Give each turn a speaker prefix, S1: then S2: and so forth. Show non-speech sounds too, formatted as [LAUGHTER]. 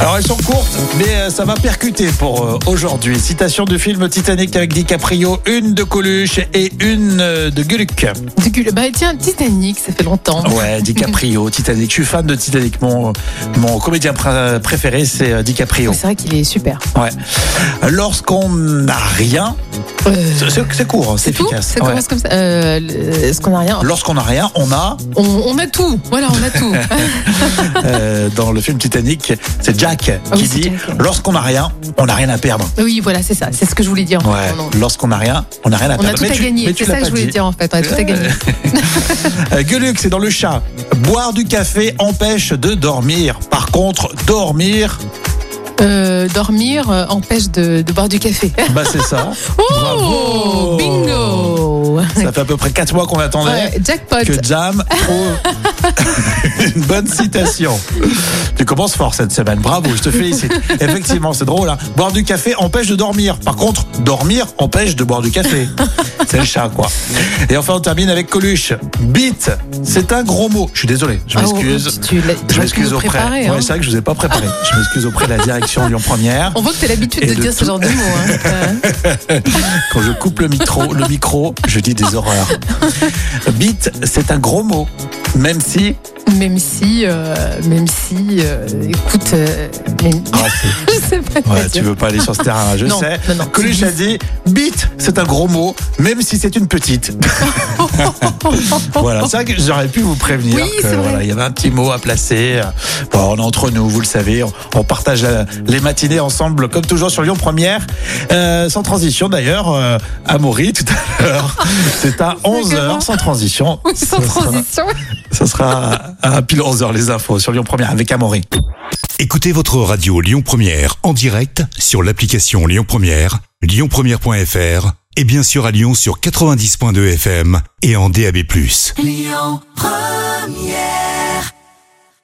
S1: Alors elles sont courtes, mais euh, ça va percuter pour euh, aujourd'hui. Citation du film Titanic avec DiCaprio, une de Coluche et une euh, de Guluc.
S2: Du cul- Bah tiens, Titanic, ça fait longtemps.
S1: Ouais, DiCaprio, [LAUGHS] Titanic. Je suis fan de Titanic. Mon, mon comédien pr- préféré, c'est euh, DiCaprio.
S2: C'est vrai qu'il est super.
S1: Ouais. Lorsqu'on n'a rien,
S2: Euh,
S1: c'est- c'est c'est court, hein, c'est
S2: c'est tout
S1: efficace.
S2: Ça
S1: Ouais.
S2: commence comme ça. Euh, le- ce qu'on a rien.
S1: Lorsqu'on n'a rien, on
S2: [LAUGHS]
S1: a,
S2: On, on a tout. Voilà, on a
S1: [LAUGHS]
S2: tout.
S1: euh, dans le film Titanic, c'est Jack
S2: Ah
S1: qui
S2: oui, c'est
S1: dit
S2: Jack, ouais.
S1: Lorsqu'on n'a rien, on n'a rien à perdre.
S2: Ah, oui, voilà, c'est ça. C'est ce que je voulais dire. en
S1: Ouais,
S2: fait. On,
S1: lorsqu'on n'a rien, on n'a rien à
S2: Ah on
S1: perdre.
S2: a tout
S1: Mais
S2: à
S1: tu- mais
S2: gagner.
S1: tu
S2: C'est
S1: l'as
S2: ça que
S1: pas
S2: je voulais
S1: dit.
S2: dire en fait. On a tout à gagner.
S1: Euh, Gueuluc, c'est dans le chat. Boire du café empêche de dormir. Par contre, dormir,
S2: Euh, dormir euh, empêche de, de boire du
S1: [LAUGHS]
S2: café.
S1: bah c'est
S2: [LAUGHS]
S1: ça. Bravo
S2: Oh, bingo.
S1: Ça fait à peu près 4 mois qu'on attendait
S2: Ouais, jackpot.
S1: que Jam trouve [LAUGHS] une bonne citation. Tu commences fort cette semaine. Bravo, je te
S2: [LAUGHS]
S1: félicite. Effectivement, c'est drôle. hein. Boire du café empêche de dormir. Par contre, dormir empêche de boire du café.
S2: [LAUGHS]
S1: C'est le chat, quoi. Et enfin, on termine avec Coluche. Bite, c'est un gros mot. Je suis désolé, je
S2: Ah, oh,
S1: m'excuse.
S2: tu- tu l'as- tu
S1: Je
S2: l'as
S1: m'excuse
S2: pu
S1: auprès.
S2: préparer,
S1: Ouais,
S2: hein. Oh.
S1: c'est vrai que je vous ai pas préparé. Je m'excuse auprès de la direction Lyon Première.
S2: On voit que t'as l'habitude
S1: Et
S2: de
S1: de
S2: dire ce
S1: tout.
S2: genre de mots.
S1: [LAUGHS]
S2: hein. Euh,
S1: Quand je coupe le micro, le micro, je dis des horreurs. Bite, c'est un gros mot. Même si.
S2: Même si, euh, même si, euh, écoute, euh, même-
S1: Ah, c'est-
S2: [LAUGHS] je sais pas quoi
S1: ouais,
S2: dire.
S1: tu veux pas aller sur ce terrain, je
S2: Non,
S1: sais.
S2: non, non.
S1: Coluche a dit bite, c'est un gros mot, même si c'est une petite.
S2: [LAUGHS]
S1: voilà, c'est vrai que j'aurais pu vous prévenir
S2: Oui,
S1: que
S2: c'est vrai.
S1: voilà, il y avait un petit mot à placer. Bon, on est entre nous, vous le savez, on, on partage la- les matinées ensemble, comme toujours sur Lyon Première, Euh, sans transition d'ailleurs. euh, à Maury tout à
S2: [LAUGHS]
S1: l'heure, c'est à 11 h sans transition.
S2: Oui, sans
S1: Ça sera-
S2: transition.
S1: Ça sera à, à pile 11 h les infos sur Lyon Première avec Amaury.
S3: Écoutez votre radio Lyon Première en direct sur l'application Lyon Première, lyonpremière.fr et bien sûr à Lyon sur 90.2 FM et en DAB+.